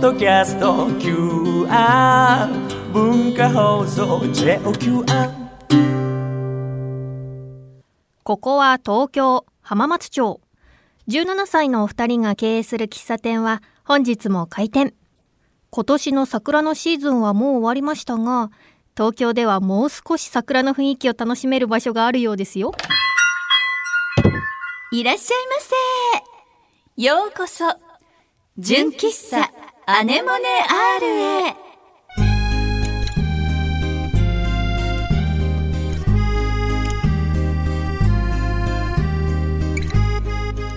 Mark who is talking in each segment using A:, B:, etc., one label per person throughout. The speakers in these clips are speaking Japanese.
A: ドキャスト QR 文化放送 JOQR
B: ここは東京浜松町17歳のお二人が経営する喫茶店は本日も開店今年の桜のシーズンはもう終わりましたが東京ではもう少し桜の雰囲気を楽しめる場所があるようですよ
C: いらっしゃいませ。ようこそ、純喫茶アネモネ R へ。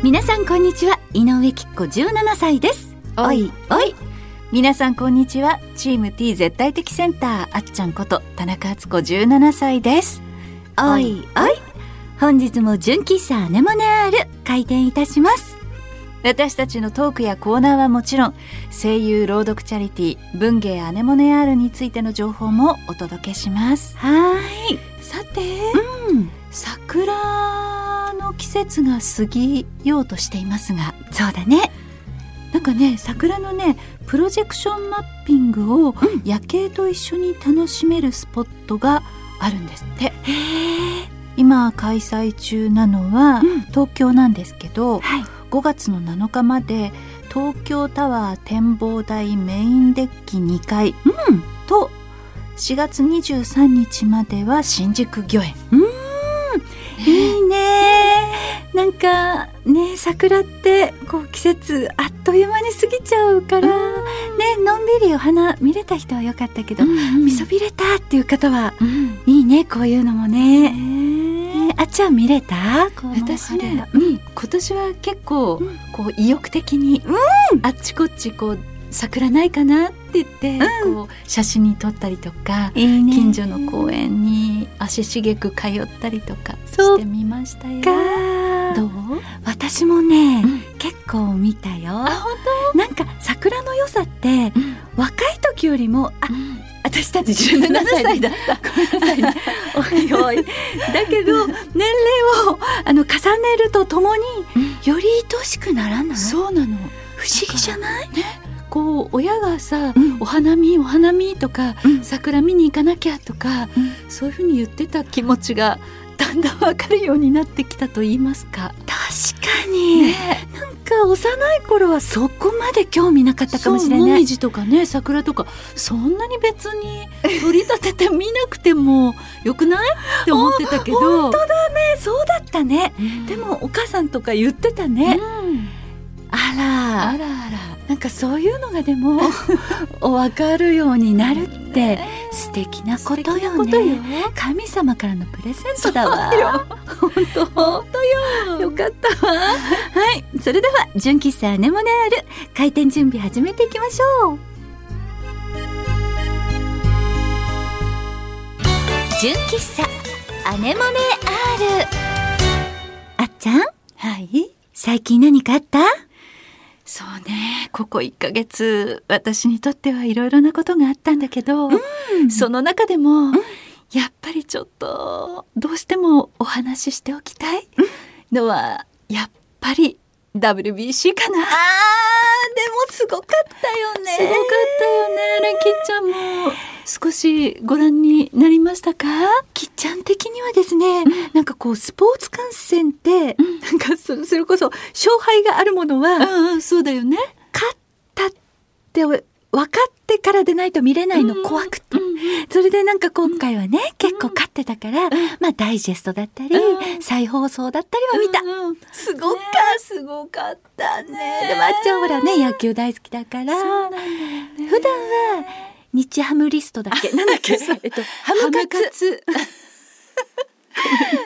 C: 皆さんこんにちは、井上きっ子17歳です。おいおい。皆さんこんにちは、チーム T 絶対的センターあっちゃんこと田中敦子17歳です。おいおい。本日も純喫茶アネモネ R 開店いたします私たちのトークやコーナーはもちろん声優朗読チャリティー文芸アネモネ R についての情報もお届けしますはいさて、桜の季節が過ぎようとしていますがそうだねなんかね桜のねプロジェクションマッピングを夜景と一緒に楽しめるスポットがあるんですって今開催中なのは東京なんですけど、5月の7日まで東京タワー展望台メインデッキ2階と4月23日までは新宿御苑。
D: いいねなんかね桜ってこう季節あっという間に過ぎちゃうから、ねのんびりお花見れた人は良かったけど、見そびれたっていう方は
C: うん
D: いいねこういうのもね。ねあっちゃん見れたこの
C: 私ね
D: お花うん、
C: 今年は結構こう意欲的に、あっちこっちこう桜ないかなって言って、こう写真に撮ったりとか、
D: いいね
C: 近所の公園に足しげく通ったりとかしてみましたよ。
D: か
C: どう？
D: 私もね、
C: うん
D: 結構見たよ
C: 本
D: なんか桜の良さって
C: 当？うん
D: 若い時よりもあ
C: うん
D: 私たち17歳だったおいおいだけど年齢をあの重ねるとともにより愛しくならない不思
C: そうなの。
D: 議じゃない、
C: こう親がさ、
D: うん
C: お花見お花見とか、
D: うん
C: 桜見に行かなきゃとか、
D: う
C: そういうふうに言ってた気持ちが だんだんわかるようになってきたと言いますか。
D: 確かに、なんか幼い頃はそこまで興味なかったかもしれ
C: そうも
D: ない
C: みじとかね桜とかそんなに別に取り立てて見なくてもよくないって思ってたけど本当だ、
D: えそうだったねで
C: でも、
D: もお母さんとか言ってたね、あら
C: あらあら
D: なんかそういうのがで もお分かるようになるって素敵なことよ
C: 素敵なこと
D: ね
C: よ
D: 神様からのプレゼント だわ本当本当よよかったわはいそれでは純喫茶アネモネアール開店準備始めていきましょう
C: 純喫茶アネモネ R
D: あっちゃん
C: はい
D: 最近何かあった
C: そうねここ1ヶ月私にとってはいろいろなことがあったんだけど、その中でも、やっぱりちょっとどうしてもお話ししておきたいのは、やっぱり WBC かな。
D: あーでもすごかったよ
C: すごかったよね、レンキッちゃんも少しご覧になりましたか？
D: きっちゃん的にはですね、なんかこうスポーツ観戦って、
C: うん
D: なんかそそれこそ勝敗があるものは、
C: うんうん、そうだよね。
D: 勝ったって分かってからでないと見れないの怖くて、それでなんか今回はね、結構勝ってたから、まあダイジェストだったり、
C: うん
D: 再放送だったりは見た、
C: うんうん
D: すごか
C: すごかったね。
D: でもあっちゃんほらね野球大好きだから
C: そうなんだよね。
D: 普段は日ハムリストだ っけなんだっけえっとハムカツ
C: ツ。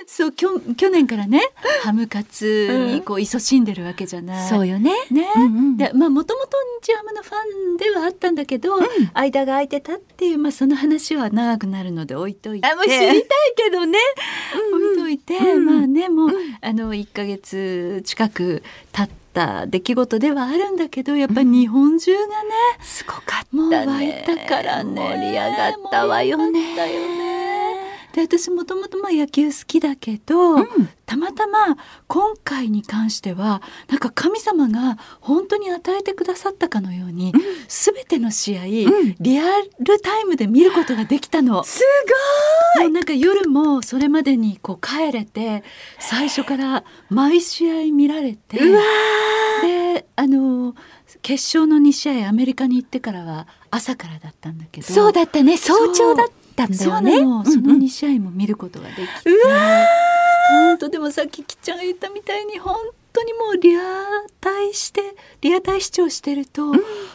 C: そうきょ去年からねハムカツにこう勤しんでるわけじゃない。
D: そうよね、
C: ね。
D: うんうん
C: でまあもともと日ハムのファンではあったんだけど、間が空いてたっていう、まあ、その話は長くなるので置いといて
D: あもう知りたいけどね。
C: 置いといて、
D: うん
C: まあねもう、あの1ヶ月近く経った出来事ではあるんだけどやっぱり日本中がね、
D: すごかった
C: もう
D: ね。
C: 湧いたからね
D: 盛り上がったわよね。
C: 盛り上がったよねで私もともとまあ野球好きだけど、たまたま今回に関してはなんか神様が本当に与えてくださったかのように、全ての試合、
D: うん
C: リアルタイムで見ることができたの。
D: す
C: もうなんか夜もそれまでにこう帰れて最初から毎試合見られて
D: うわ
C: であの決勝の2試合アメリカに行ってからは朝からだったんだけど
D: そうだったね早
C: そう
D: 朝だったんだ
C: そう
D: よ
C: な
D: ね
C: の、その
D: うんうん
C: 2試合も見ることができて
D: う
C: 本当でもさっききっちゃんが言ったみたいに本当にもうリアタイしてリアタイ視聴してると、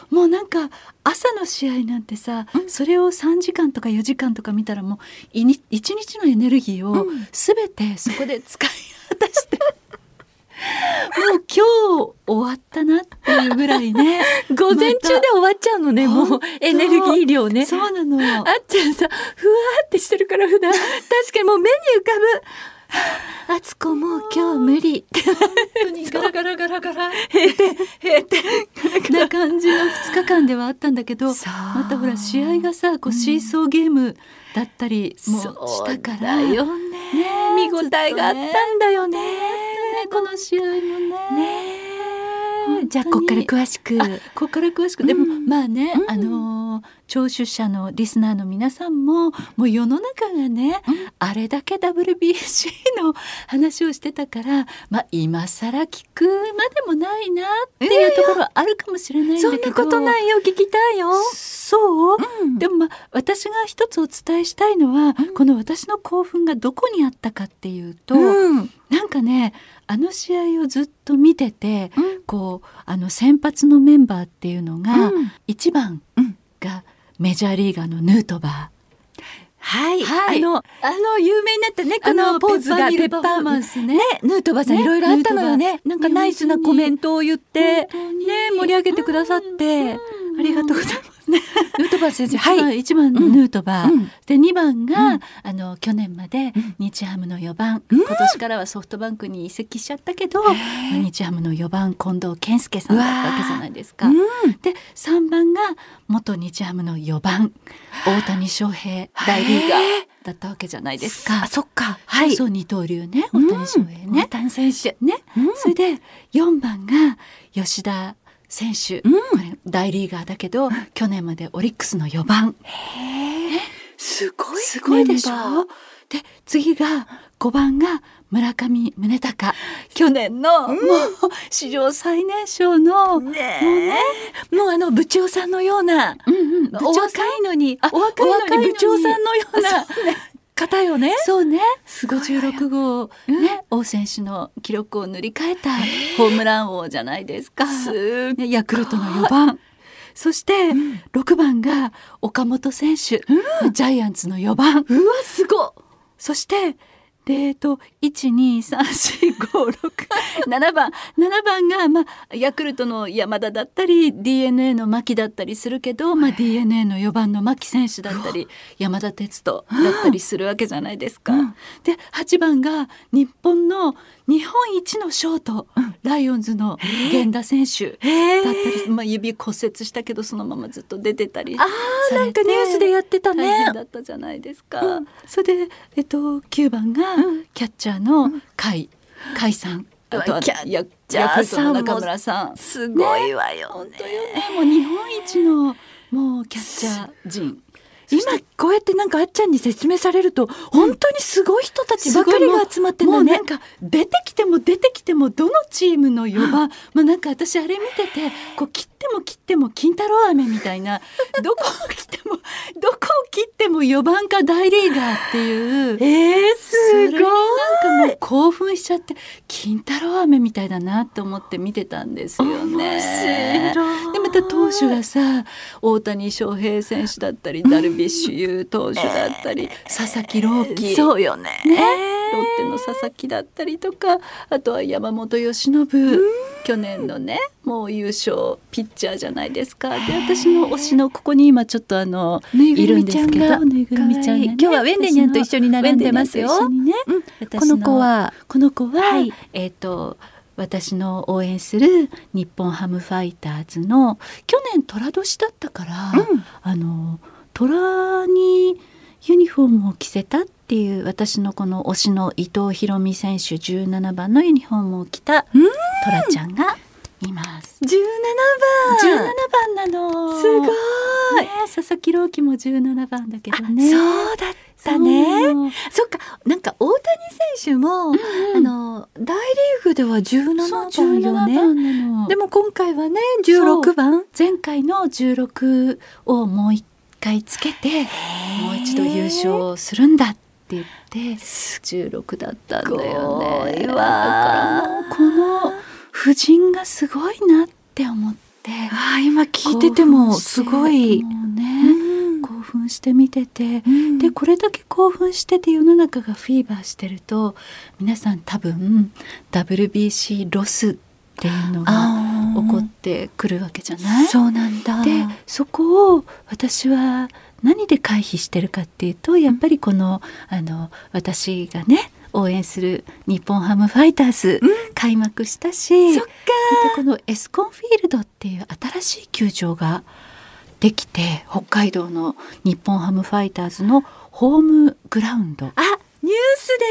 C: もうなんか朝の試合なんてさ、それを3時間とか4時間とか見たらもういに一日のエネルギーを全てそこで使い果たして、 もう今日終わったなっていうぐらいね
D: 午前中で終わっちゃうのね、もう
C: 本当
D: エネルギー量ね
C: そうなの
D: あっちゃんさ、ふわーってしてるから普段。確かにもう目に浮かぶ。あつこもう今日無理。
C: 本当にガラガラガラガラ閉店閉店な感じの2日間ではあったんだけど
D: そう
C: またほら試合がさこうシーソーゲームだったりも
D: そう
C: したから
D: だよね。
C: ね
D: 見応えがあったんだよね。
C: この試合もね
D: ね
C: 本当に
D: じゃあこっから詳しく。
C: あここから詳しくでも、
D: うん
C: まあね、
D: うん
C: あのー聴取者のリスナーの皆さんももう世の中がね、
D: うん
C: あれだけ WBC の話をしてたから、まあ、今更聞くまでもないなっていうところあるかもしれないんだけ
D: そん
C: ど
D: なこと
C: い
D: ないよ、聞きたいよ。
C: そう、
D: うん
C: でもまあ私が一つお伝えしたいのは、
D: うん
C: この私の興奮がどこにあったかっていうと、
D: うん
C: なんかねあの試合をずっと見てて、
D: うん
C: こうあの先発のメンバーっていうのが、
D: うん
C: 1番
D: うん
C: がメジャーリーガーのヌートバ
D: はい、
C: はい
D: あの、あの、有名になったね、
C: ー。
D: このポーズが、
C: ペッパーミル
D: ペッ
C: パフ
D: パ
C: ォ
D: ー
C: ー
D: マ
C: マ
D: ン
C: ン
D: ス
C: スね。
D: ヌートバーさん
C: ね
D: いろいろあったのよね。なんかナイスなコメントを言って
C: 本、当に
D: ね、盛り上げてくださって、ありがとうございます。ね、ヌートバー先生、
C: は、
D: はいい。
C: 1番
D: うん
C: ヌートバー、
D: うん
C: で2番が、
D: うん
C: あの去年まで
D: うん
C: 日ハムの4番、
D: うん
C: 今年からはソフトバンクに移籍しちゃったけど、まあ日ハムの4番近藤健介さんだったわけじゃないですか。
D: うん
C: で3番が元日ハムの4番大谷翔平大リーガーだったわけじゃないですか
D: あ、。そっか。
C: は、
D: はいい。
C: そう二刀流ね
D: う
C: 大
D: ん
C: 谷翔平ね
D: 大。谷選手。
C: ね、
D: うん
C: それで4番が吉田選手、
D: うん
C: これ大リーガーだけど去年までオリックスの4番
D: すごい。
C: すごいでしょで次が5番が村上宗隆去年の、もう史上最年少の、
D: ねえ。もうあの、部長さんのような、
C: うんうん、
D: お若いのに、あお若い
C: お若い
D: の
C: の
D: に
C: に
D: 部長さんのような方よね。
C: そうね
D: す
C: 56号、ね王選手の記録を塗り替えたホームラン王じゃないですか。
D: す
C: ねヤクルトの4番そして6番が岡本選手、ジャイアンツの4番
D: うわ、すご
C: そしてでえっと1234567番7番が、まあ、ヤクルトの山田だったり d n a の牧だったりするけど、まあ、d n a の4番の牧選手だったり山田哲人だったりするわけじゃないですか。で8番が日本の日本一のショート、ライオンズの源田選手。
D: へ
C: だったり、まあ、指骨折したけどそのままずっと出てたり
D: あー、
C: さ
D: な
C: れ
D: ん
C: て
D: かニュースでやってた
C: 大
D: ね
C: 変。だったじゃないですか、それで、えっと、9番がキャッチャーの甲斐甲斐さんあとは
D: キャッ
C: ヤ
D: チャ
C: ヤ
D: ー
C: クルト
D: さん
C: の
D: も
C: 中村さん
D: すごいわよ
C: 本
D: ね。
C: 当よねもう日本一のもうキャッチャー陣
D: 今こうやってなんかあっちゃんに説明されると、本当にすごい人たちばかりが集まってん
C: も
D: だ
C: うな
D: ね
C: ん。か出てきても出てきてもどのチームの4番まあなんか私あれ見ててこう切っても切っても金太郎飴みたい などこを切ってもどこを切っても4番か大リーガーっていう。
D: えー、
C: それ
D: す
C: に
D: ご。
C: ないんかもう興奮しちゃって金太郎飴みたいだなと思って見てたんですよね。でまた投手がさ大谷翔平選手だったりダルビッシュ有投手だったり佐々木朗希
D: そうよね。
C: ね、ロッテの佐々木だったりとかあとは山本由伸去年のねもう優勝ピッチャーじゃないですかで私の推しのここに今ちょっとあの
D: ぬい
C: い
D: ぐる
C: る
D: み
C: んで
D: ちゃ
C: す
D: ん
C: け
D: が
C: どぬいぐるみちゃんがね
D: 今日はウェンデニャンと一緒に並んでますよ。
C: 私のウェンデニャンと一緒にね
D: この子は、
C: この子は、
D: はい
C: えっ、と私の応援する日本ハムファイターズの去年寅年だったから、
D: うん
C: あの虎にユニフォームを着せたっていう私のこの推しの伊藤博美選手17番のユニフォームを着たトラちゃんがいます。
D: 17
C: 17
D: 番
C: 番なの。
D: すごい、
C: ねえ佐々木朗希も17番だけどね。
D: そうだった
C: そうな
D: ね
C: の
D: そっかなんか大谷選手も、あの大リーグで
C: そう
D: は17番
C: 17
D: よ
C: 番
D: ね
C: なの。
D: でも今回はね
C: そう
D: 16番
C: 前回の16をもう一回つけてもう一度優勝するんだって言って16だったんだよ
D: すご
C: ね
D: い
C: だ
D: わ
C: からもうこの夫人がすごいなって思って
D: ああ今聞いててもすご
C: 興奮して
D: い
C: もうね、興奮して見ててで
D: で
C: これだけ興奮してて世の中がフィーバーしてると皆さん多分 WBC ロスっていうのが
D: あ
C: 起こってくるわけじゃない、
D: そうなんだ
C: でそこを私は何で回避してるかっていうとやっぱりこのあの私がね応援する日本ハムファイターズ開幕したし、
D: そっ
C: ま
D: か
C: たこのエスコンフィールドっていう新しい球場ができて北海道の日本ハムファイターズのホームグラウンド。見
D: あニュースで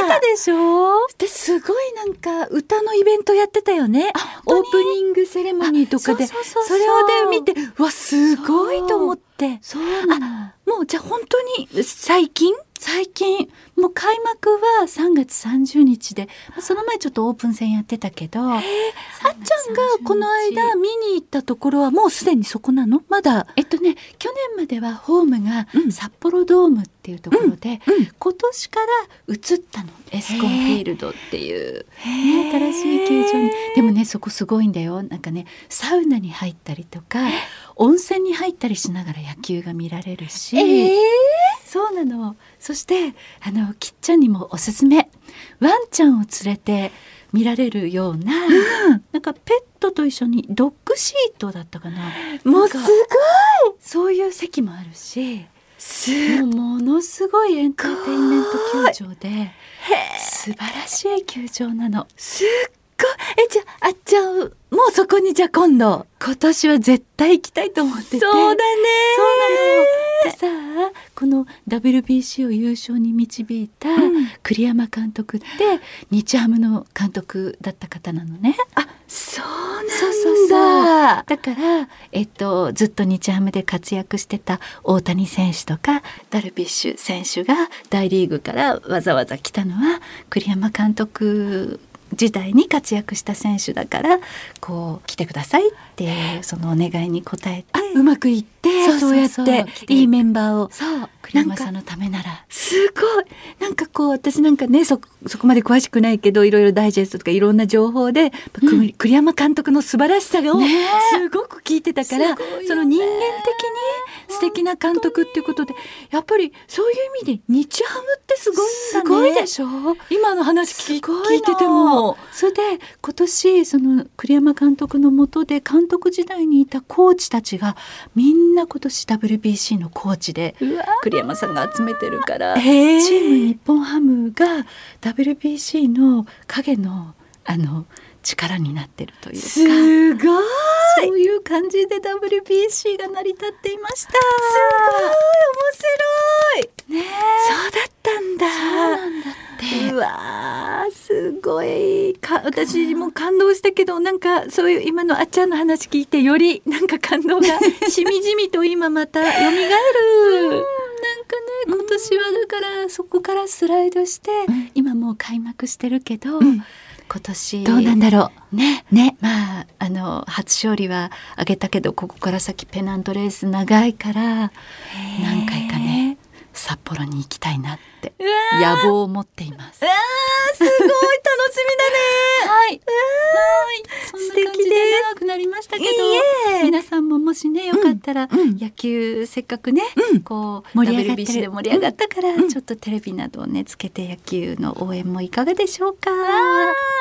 D: 見た
C: たでしょ
D: ですごいなんか歌のイベントやってたよねオープニングセレモニーとかで
C: あそうそう
D: そ
C: そうそう
D: れをで見てうわすごいと思って
C: そうなの
D: もうじゃあ本当に最近
C: 最近もう開幕は3月30日でまあその前ちょっとオープン戦やってたけどあっ
D: あっちゃんがこの間見に行ったところはもうすでにそこなのまだ
C: えっとね去年まではホームが
D: うん
C: 札幌ドームっていうところで、
D: うんうん
C: 今年から移ったのエスコンフィールドっていう、ね、新
D: 新
C: しい球場にでもねそこすごいんだよなんかねサウナに入ったりとか温泉に入ったりしながら野球が見られるし。
D: ええ
C: そうなの。そして、あの、きっちゃんにもおすすめ。ワンちゃんを連れて見られるような、なんかペットと一緒にドッグシートだったかな。
D: もうすごい
C: そういう席もあるし、
D: す
C: もうものすごいエンターテインメント球場で、素晴らしい球場なの。
D: すっごいえじゃああっちゃんもうそこにじゃあ今度
C: 今年は絶対行きたいと思ってて。
D: そうだね
C: そうなの。でさ、この WBC を優勝に導いた
D: うん
C: 栗山監督って日ハムの監督だった方なのね。
D: そうなんだ
C: そうそうそう。だから、えっと、ずっと日ハムで活躍してた大谷選手とかダルビッシュ選手が大リーグからわざわざ来たのは栗山監督時代に活躍した選手だからこう来てくださいっていうそのお願いに応えて
D: あうまくいって
C: そう
D: そ
C: そうう
D: やっ
C: そう
D: て
C: 来て
D: いいメンバーを
C: そう栗山さんのためなら
D: すごいなんかこう私なんかねそそこまで詳しくないけどいろいろダイジェストとかいろんな情報で、く栗山監督の素晴らしさを
C: ねえ
D: すごく聞いてたから、
C: すごいよね
D: その人間的に素敵な監督っていうことでやっぱりそういう意味で日ハムってすご
C: す
D: い
C: ご
D: ん
C: い
D: だね
C: でしょ
D: 今の話
C: す
D: 聞
C: ご
D: 聞いてても
C: それで今年その栗山監督のもとで監督時代にいたコーチたちがみんな今年 WBC のコーチで
D: うわ
C: 栗山さんが集めてるから、
D: へえ
C: チーム日本ハムが WBC の影のあの力になってるというか
D: すごい
C: そういう感じで WBC が成り立っていました。
D: すごい面
C: ねえ
D: 白いそうだったんだ
C: そうなんだって
D: うわーすごいか私も感動したけどなんかそういう今のあっちゃんの話聞いてよりなんか感動 がしみじみと今また蘇る。
C: なんかね今年はだからそこからスライドして、
D: うん
C: 今もう開幕してるけど、
D: ん
C: 今年
D: どうなんだろ
C: ね
D: うね。
C: まああの初勝利はあげたけどここから先ペナントレース長いから何回かね札幌に行きたいなって
D: うわー
C: 野望を持っています。
D: うわーすごい楽しみだね。
C: はい、そん
D: 素
C: な
D: 敵
C: 感じで
D: です
C: 長くなりましたけど
D: いいえ
C: 皆さんももしねよかったら、
D: うんうん
C: 野球せっかくね、
D: うん
C: こう
D: 盛り上がってる
C: WBC で盛り上がったから、
D: うん
C: ちょっとテレビなどをねつけて野球の応援もいかがでしょうか。
D: あ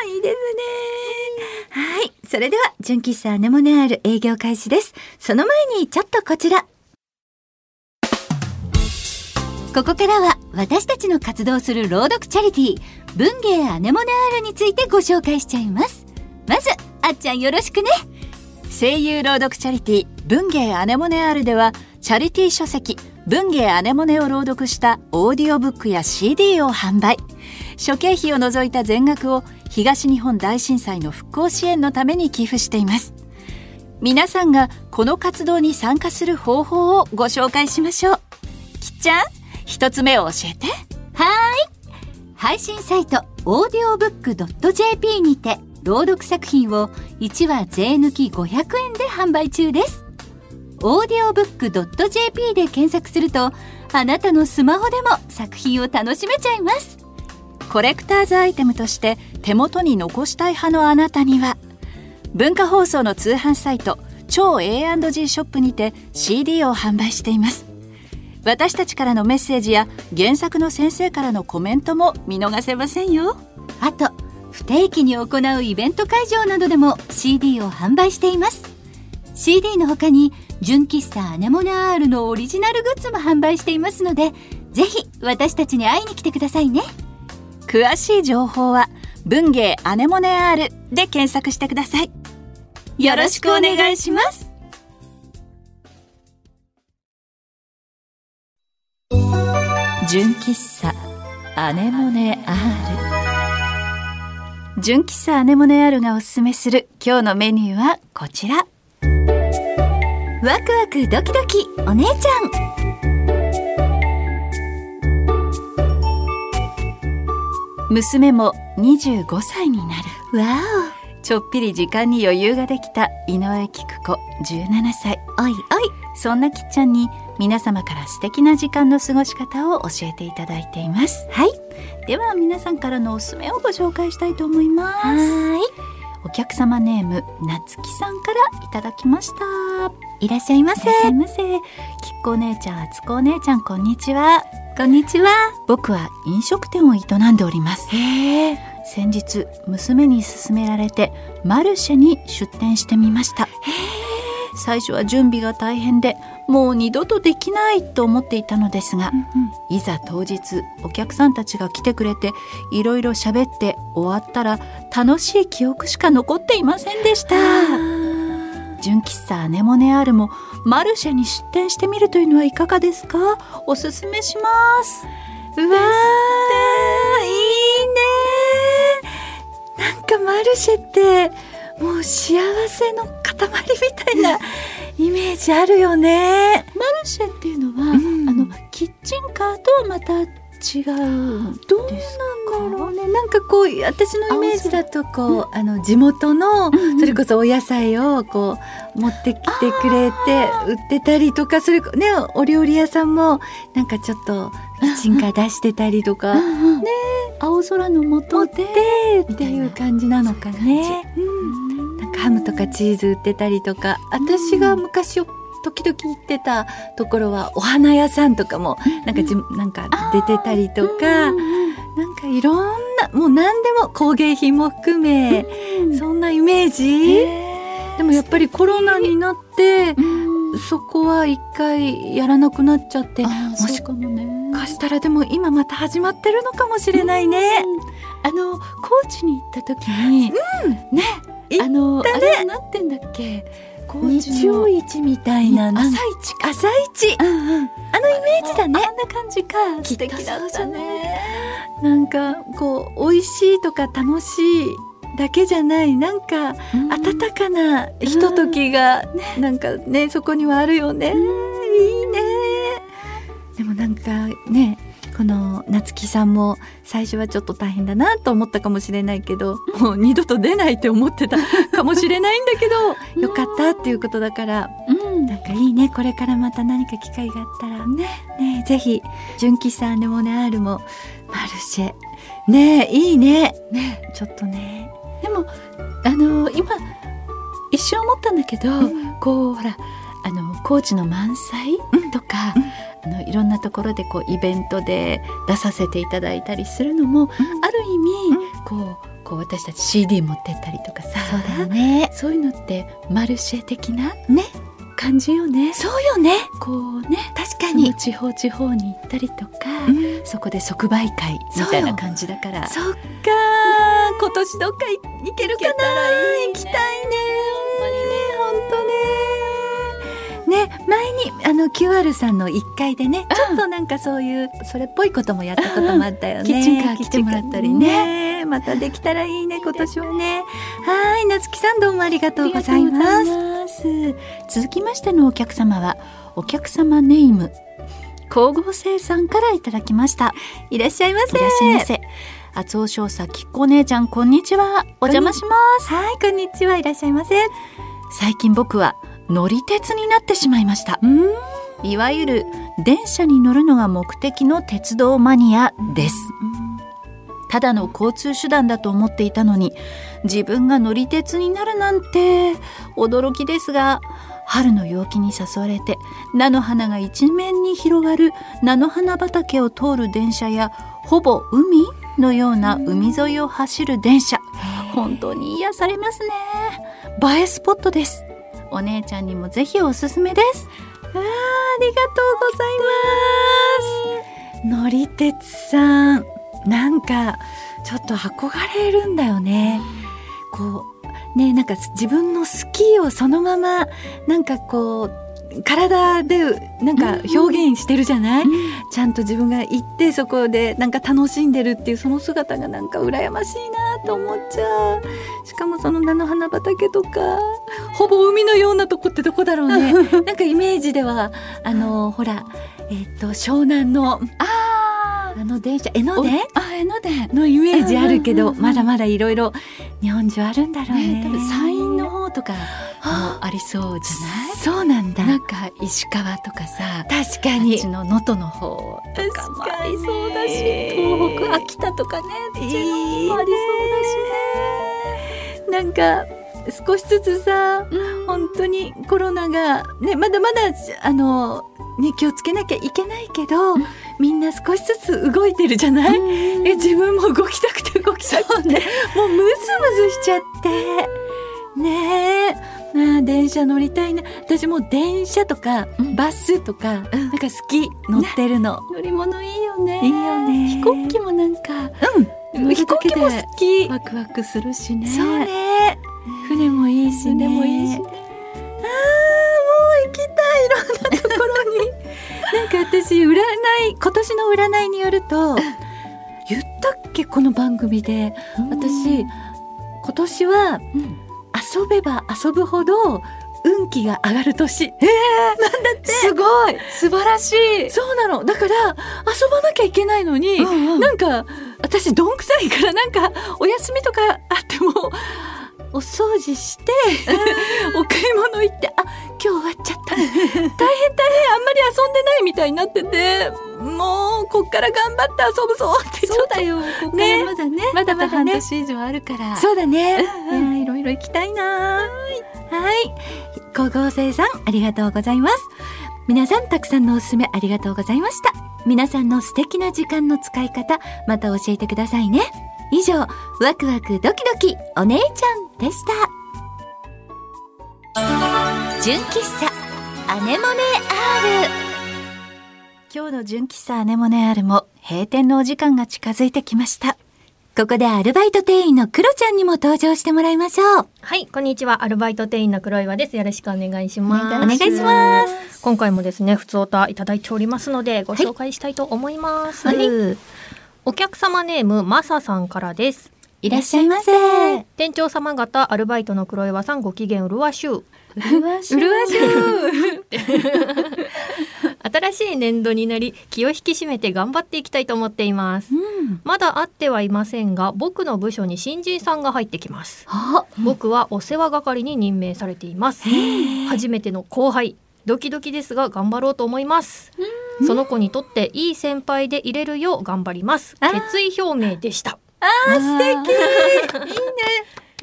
D: ーいいですね。はい。それでは、純喫茶アネモネアール営業開始です。その前に、ちょっとこちら。
E: ここからは私たちの活動する朗読チャリティー文芸アネモネアールについてご紹介しちゃいますまずあっちゃんよろしくね
F: 声優朗読チャリティー文芸アネモネアールではチャリティー書籍
C: 文芸アネモネを朗読したオーディオブックや CD を販売諸経費を除いた全額を東日本大震災の復興支援のために寄付しています皆さんがこの活動に参加する方法をご紹介しましょうきっちゃん一つ目を教えて
E: 配信サイトオーディオブックドット JP にて朗読作品を1話税抜き500円で販売中ですオーディオブックドット JP で検索するとあなたのスマホでも作品を楽しめちゃいます
C: コレクターズアイテムとして手元に残したい派のあなたには文化放送の通販サイト超 A&G ショップにて CD を販売しています私たちからのメッセージや原作の先生からのコメントも見逃せませんよ
E: あと不定期に行うイベント会場などでも CD を販売しています CD の他に純喫茶アネモネアールのオリジナルグッズも販売していますのでぜひ私たちに会いに来てくださいね
C: 詳しい情報は「文芸アネモネ R」で検索してくださいよろしくお願いします純喫茶アネモネ R 純喫茶アネモネ R がおすすめする今日のメニューはこちら
E: ワクワクドキドキお姉ちゃん
C: 娘も25歳になる
E: わ
C: ちょっぴり時間に余裕ができた井上菊子17歳
E: おおいおい
C: そんなきっちゃんに皆様から素敵な時間の過ごし方を教えていただいています
E: はい
C: では皆さんからのおすすめをご紹介したいと思います
E: は
C: お客様ネームなつきさんからいただきました
E: いいらっしゃいま
C: いらっしゃいませきっこお姉ちゃんあつこお姉ちゃんこんにちは
E: こんにちは
C: 僕は飲食店を営んでおります
E: へえ
C: 先日娘に勧められてマルシェに出店してみました最初は準備が大変でもう二度とできないと思っていたのですが、いざ当日お客さんたちが来てくれていろいろ喋って終わったら楽しい記憶しか残っていませんでした純喫茶アネモネアールもマルシェに出店してみるというのはいかがですかおすすめします
D: うわーいいねなんかマルシェってもう幸せの塊みたい なイメージあるよね。
C: マルシェっていうのは、
D: うん
C: あのキッチンカーとはまた違うん
D: どう
C: です
D: なんだろうねなんかこう私のイメージだとこうあの地元の
C: んうん
D: それこそお野菜をこう持ってきてくれて売ってたりとかそれこねお料理屋さんもなんかちょっとキッチンカー出してたりとか
C: ね青空の
D: 持
C: 下
D: って
C: で
D: っていう感じなのかね。うんなんかハムとかチーズ売ってたりとか私が昔時々行ってたところはお花屋さんとかもなんかじなんか出てたりとかなんかいろんなもう何でも工芸品も含めそんなイメージでもやっぱりコロナになってそこは一回やらなくなっちゃっても
C: あ
D: し
C: そうかもね
D: かしたらでも今また始まってるのかもしれないね。
C: あの高知に行った時に、ねあのあれはなんて言うんだっけ高知
D: 日
C: の
D: 曜市みたいなの
C: 朝一か
D: 朝市
C: うんうん
D: あのイメージ
C: あ
D: だね
C: んな感じか素敵だ
D: きっとそう
C: っ
D: じゃ
C: た
D: ない
C: ね
D: なんかこう美味しいとか楽しいだけじゃないなんか温かなひとときがなんかねそこにはあるよねいいねでもなんかねこの夏希さんも最初はちょっと大変だなと思ったかもしれないけどもう二度と出ないって思ってたかもしれないんだけ どよかったっていうことだから
C: うん
D: なんかいいねこれからまた何か機会があったらねねぜひ純喫茶アネモネアールもマルシェねいいねねちょっとね
C: でもあの今一瞬思ったんだけど、こうほらあの高知の満載とか、あのいろんなところでこうイベントで出させていただいたりするのも、ある意味、こうこう私たち CD 持ってったりとかさ
D: ね
C: そういうのってマルシェ的な、
D: ね
C: 感じよね。
D: そうよね
C: こうね
D: 確か
C: その地方地方に行ったりとか、
D: うん
C: そこで即売会みたいな感じだから
D: そっか今年どっかい行けるかな行きたいね本当ねね前にああの QR さんの1階でねちょっとなんかそういうそれっぽいこともやったこともあったよね
C: キッチンカー来てもらったりね
D: ねまたできたらいいね今年はねはいなつきさんどうもありがとうございます
C: ます続きましてのお客様はお客様ネーム光合生さんからいただきました
D: いらっしゃいませ
C: いらっしゃいませ厚尾少佐きっこ姉ちゃんこんにちはお邪魔します
D: はいこんにちはいらっしゃいませ
C: 最近僕は乗り鉄になってしまいました
D: うん
C: いわゆる電車に乗るのが目的の鉄道マニアですただの交通手段だと思っていたのに自分が乗り鉄になるなんて驚きですが春の陽気に誘われて菜の花が一面に広がる菜の花畑を通る電車やほぼ海のような海沿いを走る電車本当に癒されますね映えスポットですお姉ちゃんにもぜひおすすめです
D: ありがとうございます。のりてつさん、なんかちょっと憧れるんだよね。こうねなんか自分のスキーをそのままなんかこう体でなんか表現してるじゃない、ちゃんと自分が行ってそこでなんか楽しんでるっていうその姿がなんか羨ましいなと思っちゃうしかもその菜の花畑と かほぼ海のようなとこってどこだろう ねなんかイメージではあ のほらえっ、と湘南のあの電車江ノ電
C: あえので
D: のイメージあるけ
C: うん
D: ど
C: うんうん
D: まだまだいろいろ日本中あるんだろうね
C: ね多分山陰の
D: 方とか
C: ありそうじ
D: そうなんだ
C: ゃないなんか石川とかさ
D: 確か
C: あっ
D: に
C: ちの能登の方
D: 確かにそうだし
C: 東
D: 東
C: 北
D: 北
C: 秋田とかね
D: い
C: い
D: いねなんか少しずつさ、本当にコロナがねまだまだあのね気をつけなきゃいけないけど、みんな少しずつ動いてるじゃない、え自分も動きたくて動きたくて、もうムズムズしちゃってねえまあ電車乗りたいな私もう電車とか、
C: うん
D: バスとか、なんか好き乗ってるの、
C: 乗り物いいよね
D: いいよね
C: 飛行機もなんか
D: うん飛行機も好き
C: ワクワクするしね
D: そうね。船もいいしね。
C: 船もいいしね
D: ああ、もう行きたい。いろんなところに。 なんか私、占い、今年の占いによると、言ったっけ、この番組で。私、今年は、
C: ん
D: 遊べば遊ぶほど、運気が上がる年。ええなんだって。すごい。
C: 素晴らしい
D: そうなの。だから、遊ばなきゃいけないのに、なんか私どんくさいからなんかお休みとかあってもお掃除して、お買い物行ってあ今日終わっちゃった大変大変あんまり遊んでないみたいになっててもうこっから頑張って遊ぶぞってちょ
C: そ
D: っ
C: うだよここからまだね
D: まだまだね
C: 半年以上あるから
D: とそうだね、いやいろいろ行きたいなはい高校生さんありがとうございます皆さんたくさんのおすすめありがとうございました皆さんの素敵な時間の使い方また教えてくださいね以上ワクワクドキドキお姉ちゃんでした
E: 純喫茶アネモネ
C: 今日の純喫茶アネモネアールも閉店のお時間が近づいてきました
D: ここでアルバイト店員のクロちゃんにも登場してもらいましょう
B: はい、こんにちは。アルバイト店員の黒岩です。よろしくお願いします。。
D: お願いします
B: 今回もですね、普通おたいただいておりますので、ご紹介したいと思います。
D: はい
B: お客様ネーム、まささんからです。
D: いらっしゃいませ
B: 店長様方、アルバイトの黒岩さん、ご機嫌うるわしゅう。
C: うるわし
D: うるわしゅ
B: 新しい年度になり、気を引き締めて頑張っていきたいと思っています。まだ会ってはいませんが、僕の部署に新人さんが入ってきます。
D: あ、
B: 僕はお世話係に任命されています初めての後輩ドキドキですが頑張ろうと思いますその子にとっていい先輩でいれるよう頑張ります決意表明でした
C: 素敵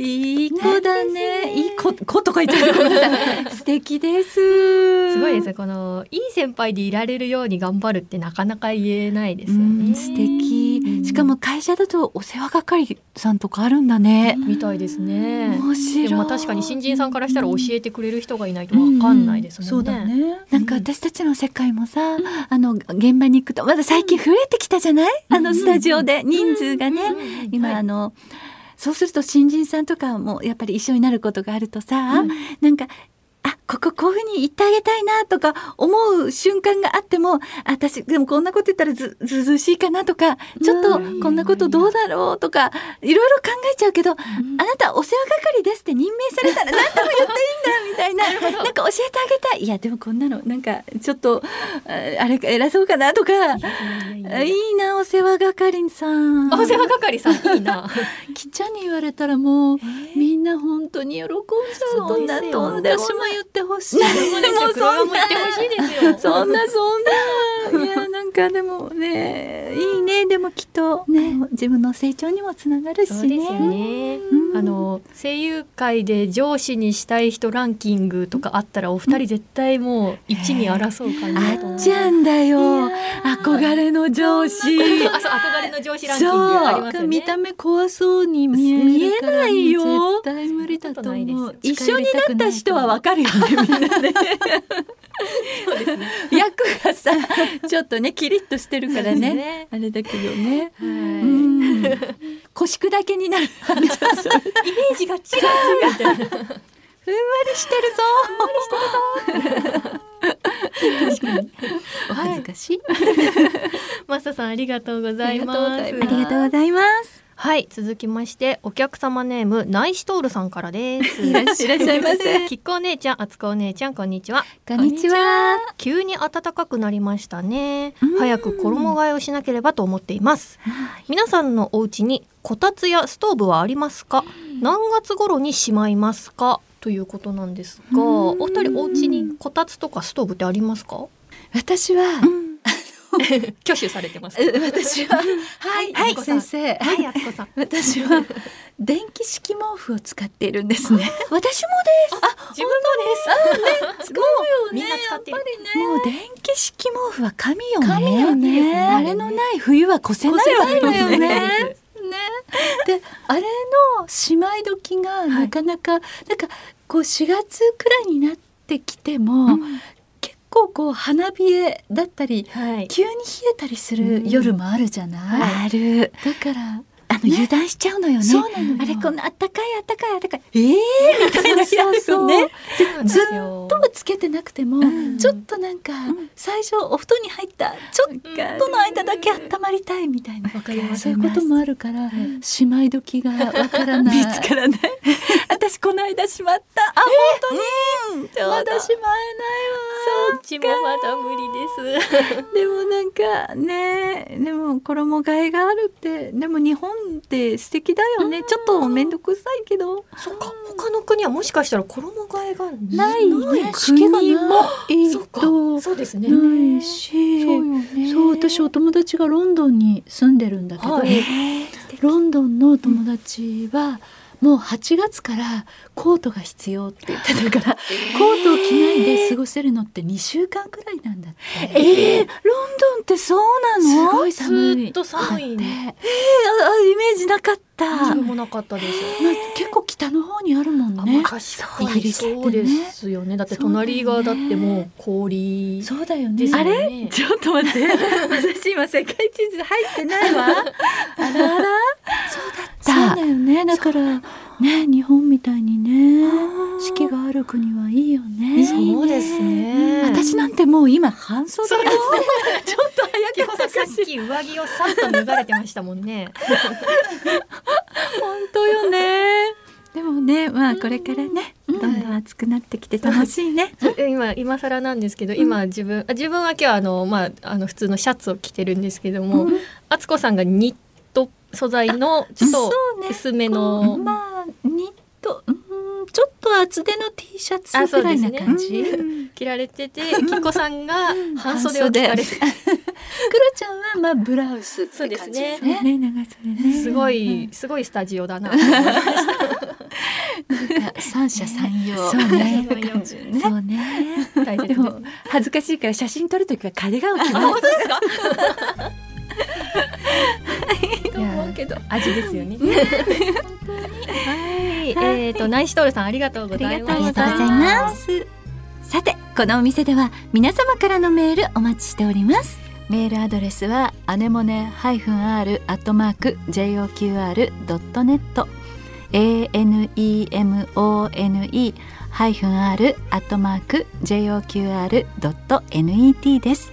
D: いい子だねいい子、子とか言っちゃ った素敵です
B: すごいですねこのいい先輩でいられるように頑張るってなかなか言えないですよ
D: うん
B: ね
D: 素敵しかも会社だとお世話係さんとかあるんだね、
B: みたいですね
D: 面白い
B: でもまあ確かに新人さんからしたら教えてくれる人がいないとわかんないですもんね,、
C: ね
D: なんか私たちの世界もさ、あの現場に行くとまだ最近増えてきたじゃない、あのスタジオで人数がね、今、
B: はい
D: あのそうすると新人さんとかもやっぱり一緒になることがあるとさ、なんかあこここういうふうに言ってあげたいなとか思う瞬間があってもあ私でもこんなこと言ったらずずうずうしいかなとかちょっとこんなことどうだろうとかいろいろ考えちゃうけど、あなたお世話係ですって任命されたら何でも言っていいんだ みたいななんか教えてあげたいいやでもこんなのなんかちょっとああれか偉そうかなとかあいいなお世話係さん。
B: お世話係さんいい な
C: きっちゃんに言われたらもうみんな本当に喜んじゃうとんなとんだしも言ってほしい。
B: もうそんも言ってほしいですよ
C: そんな
D: そんな。いや、なんかでもね、いいね、でもきっと、ね、自分の成長にもつながるし
B: そうですよ
D: ね。
B: ね。
D: うん
B: あの声優界で上司にしたい人ランキングとかあったらお二人絶対もう一に争う感じだと
D: あ
B: 思
D: っ
B: う。
D: ちゃんだよ。憧れの上司。
B: あそう憧れの上司ランキングありますよね。
C: 見た目怖そうに見え
D: 見
C: る
D: え
C: から
D: ないよ
C: 絶対無理だと思う。
D: 一緒になった人はわ
C: わ
D: かるよね、みんなね。役がさ、ちょっとね、キリッとしてるからね。
B: ね。
D: あれだけどね。
B: はい。イ
D: う
B: メ
D: ん。腰砕けになる。ふんわりしてるぞ。
B: ージが違うみたいな。
C: お恥ずかしい。
B: マサさんありがとうございます。
C: ありがとうござい
D: ありがとうございます。
B: はい、続きましてお客様ネームナイシトールさんから です。
D: いらっしゃいませ
B: きっこお姉ちゃん、あつこお姉ちゃん、こんにちは。
D: こんにちは。
B: 急に暖かくなりましたね
D: うん
B: 早く衣替えをしなければと思っています皆さんのお家にこたつやストーブはありますか何月頃にしまいますかということなんですがお二人お家にこたつとかストーブってありますか
C: 私は
B: 挙手されてます
C: え私ははい、
B: はい
C: 先生、
B: はい、あつこさん
C: 私は電気式毛布を使っているんですね。
D: 私も
B: 自分のです
C: 使うよ
B: みんな使っている
D: もう電気式毛布は紙よね。
C: 紙よね
D: いいですあれのない冬は越せないわ
C: 越せないわよね
B: ね
C: ね、で あれのしまい時がなかなか、なんかこう4月くらいになってきても、結構こう花冷えだったり
B: はい
C: 急に冷えたりする夜もあるじゃない、
D: ある。
C: だから
D: あの、油断しちゃうのよね。
C: そうなのよ
D: あれ、このあったかいあったかいあったかい。ええみたいなやつ
C: そう
D: ね。
B: ずっ
C: 布団つけてなくても、
B: ん
C: ちょっとなんか、最初お布団に入ったちょ
B: う
C: っ
B: ん
C: との間だけ温まりたいみたいな、
B: わかります
C: そういうこともあるから、しまい時がわからない
D: 見つか らない。私、この間しまった。あ、本当に。
C: ま
D: まだ
C: だしまえ
B: うちもまだ無理です
D: でもなんかねでも衣替えがあるってでも日本って素敵だよねちょっと面倒くさいけど
B: そっか他の国はもしかしたら衣替えが
D: ないね
C: ない
D: 国もえっ
B: そうか
D: と
B: そうですね、
C: ない
D: な
C: ね
D: いし
C: そうよねそう私お友達がロンドンに住んでるんだけど、
B: はい
C: ロンドンのお友達は、もう8月からコートが必要って言ってたから、コートを着ないで過ごせるのって2週間くらいなんだって。
D: えー、ロンドンってそうな
C: す
D: の
C: ごい寒い。
B: ずっと寒いね
C: だって
D: ああイメージなかった
B: 自分もなかったです。
C: まあ結構北の方にあるもん
B: あま。
C: ね
B: あ確
C: イ
B: か
C: ギ
B: に
C: リスってね
B: そうですよね。だって隣が
C: そう
B: だっ
C: だよね
B: てもう氷です
C: そうだよね。
B: よね。
C: あれ
D: ちょっと待っ て私今世界地図入ってないわあらあら
C: そうだよね。だから、ね、日本みたいにね、四季がある国はいいよね。
B: そうですね。
D: 私なんてもう今半袖
B: そうですね。
D: ちょっと
B: き
D: 早
B: こ
D: く
B: さんさっき上着をさっと脱がれてましたもん ね。
D: 本当よね。でもね、まあこれからね、どんどん暑くなってきて楽しいね。
B: 今今更なんですけど、今自分あ自分は今日あのまああの普通のシャツを着てるんですけども、あつこさんがニット素材のちょっと
D: そうね
B: 薄めの
C: まあ、ニット、うーんちょっと厚手の T シャツくらいな
B: う
C: 感
B: ん
C: じ。
D: うん
B: 着られてて、きっこさんが半袖を着られて
C: クロちゃんはまあブラウスって感じです
D: そう
C: ね。
D: ね、長袖ね。
B: すごい、すごいスタジオだなと思いました。
C: なんか三者三様。
D: そう ね。
B: 感じね
D: そうね。
B: 大切
D: で
B: です。
D: も恥ずかしいから写真撮るときは壁が起き
B: あ
D: ま
B: 本当ですか。
D: す と思うけど。
B: 味ですよね。はい、えっ、と、ナイシトールさん、ありがとうございま
D: あり
B: し
D: が
B: た。
D: とうございます。
E: さてこのお店では皆様からのメールお待ちしております
C: メールアドレスはアネモネ -r アットマーク joqr ドットネット anemone r アットマーク j o q r ドット n e t です。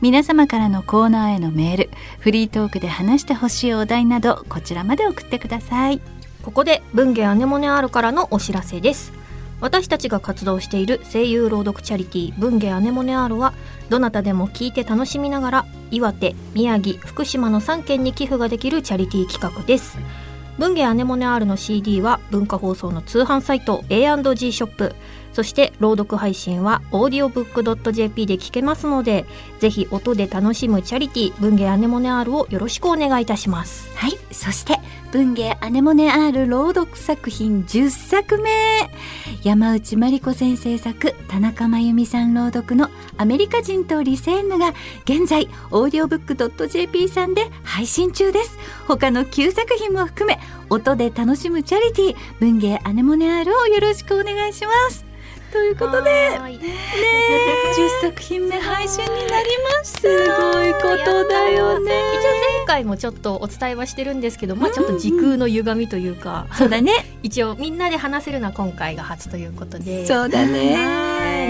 C: 皆様からのコーナーへのメール、フリートークで話してほしいお題などこちらまで送ってください。
B: ここで文芸アネモネ R からのお知らせです私たちが活動している声優朗読チャリティー文芸アネモネ R はどなたでも聞いて楽しみながら岩手、宮城、福島の3県に寄付ができるチャリティー企画です文芸アネモネ R の CD は文化放送の通販サイト A&G ショップそして朗読配信は audiobook.jp で聞けますのでぜひ音で楽しむチャリティー文芸アネモネ R をよろしくお願いいたします
D: はいそして文芸アネモネ R 朗読作品10作目山内真理子先生作田中真由美さん朗読の「アメリカ人とリセーヌ」が現在オーディオブックドット .jp さんで配信中です他の9作品も含め音で楽しむチャリティー文芸アネモネ R をよろしくお願いしますということ で
B: はい
D: 10作品目配信になりますすごいことだよね
B: 一応前回もちょっとお伝えはしてるんですけど、まあちょっと時空の歪みというか、
D: そうだね
B: 一応みんなで話せるのは今回が初ということで。
D: そうだ
B: は
D: ね
B: い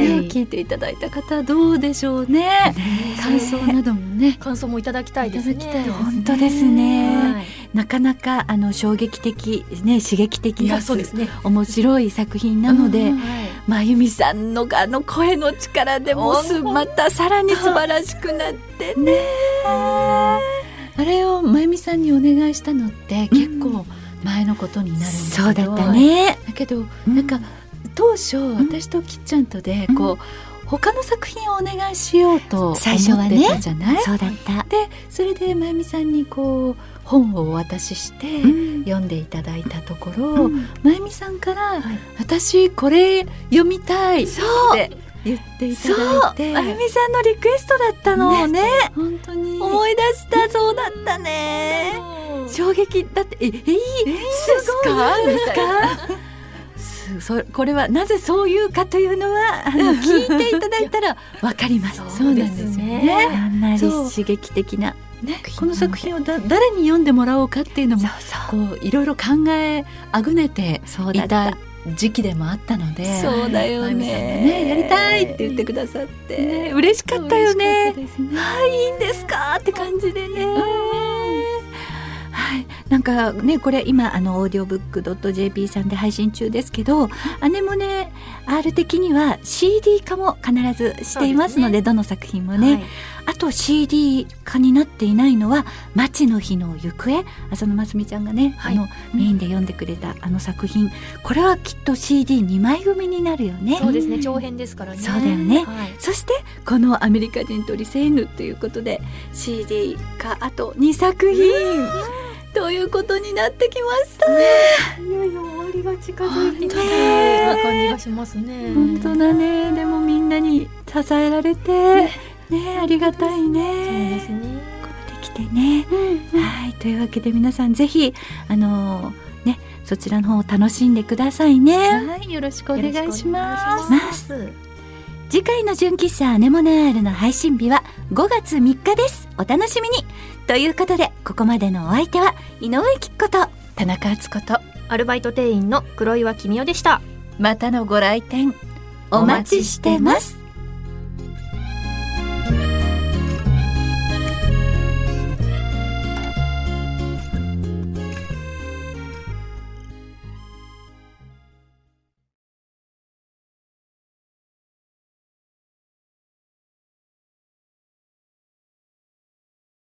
D: ね聞いていただいた方どうでしょうね感想などもね
B: 感想もいただきたい
D: い
B: で
D: た
B: す
D: だ
B: ね。
D: きたい本当ですね
B: はい
D: なかなかあの衝撃的ね刺激的
B: い
D: な
B: やそうですね。
D: 面白い作品なので、
B: うん
D: まゆみさんのあの声の力でもうす
B: ほん
D: またさらに素晴らしくなってね
C: あれをまゆみさんにお願いしたのって結構前のことになるんですけど、
D: そうだった。ね
C: だけど
D: な
C: なんん
D: か
C: か当初私ときっちゃんとでこう他の作品をお願いしようと思って
D: 最初はね
C: たじゃない。
D: そうだった
C: でそれでまゆみさんにこう本をお渡しして読んでいただいたところ、まゆみさんから
B: はい
C: 「私これ読みたい」って
D: そう
C: 言っていた
D: そう
C: だい
D: あ
C: て
D: ゆみさんのリクエストだったのをね
C: 本当に
D: 思い出したそうだったね衝撃だってええいいですかですか
C: すそ
D: これはなぜそういうかというのはあの聞いていただいたらわかります
C: そうなんですよね。
D: かなり
C: そう
D: 刺激的な
C: ねこの作品をだ誰に読んでもらおうかっていうのもこういろいろ考えあぐねて
D: そう
C: い
D: だった
C: た時期でもあったので
D: そうだよ
C: まゆ
D: ね
C: みさんがねやりたいって言ってくださって、
D: ね嬉しかったよね
C: 嬉しかったですね
D: はい、いいんですかって感じでね。はい、なんかねこれ今あのオーディオブックドット JP さんで配信中ですけどアネモネ R 的には CD 化も必ずしています
B: そうです
D: ので
B: ね
D: どの作品もね、
B: はい
D: あと CD 化になっていないのは「町の日の行方」浅野真澄ちゃんがね、
B: はい
D: あのメインで読んでくれたあの作品これはきっと CD2 枚組になるよね。
B: そうですね。長編ですからね。
D: そうだよね
B: はい
D: そしてこの「アメリカ人とリセーヌ」ということで CD かあと2作品ということになってきましたね。
B: いよいよ終わりが近
D: づいてきた
B: たな感じがしますね。
D: 本当だねでもみんなに支えられてねありがたい
B: そうです
D: ね。
B: ね。
D: できてね。はいというわけで皆さんぜひあのーねそちらの方を楽しんでくださいね。
C: はいよろしくお願い
B: よろし
C: します
B: くお願いします。
D: 次回の純喫茶アネモネアールの配信日は5月3日です。お楽しみにということでここまでのお相手は井上貴子と
C: 田中敦子と
B: アルバイト店員の黒岩君代でした。
C: またのご来店
D: お待ちしてます。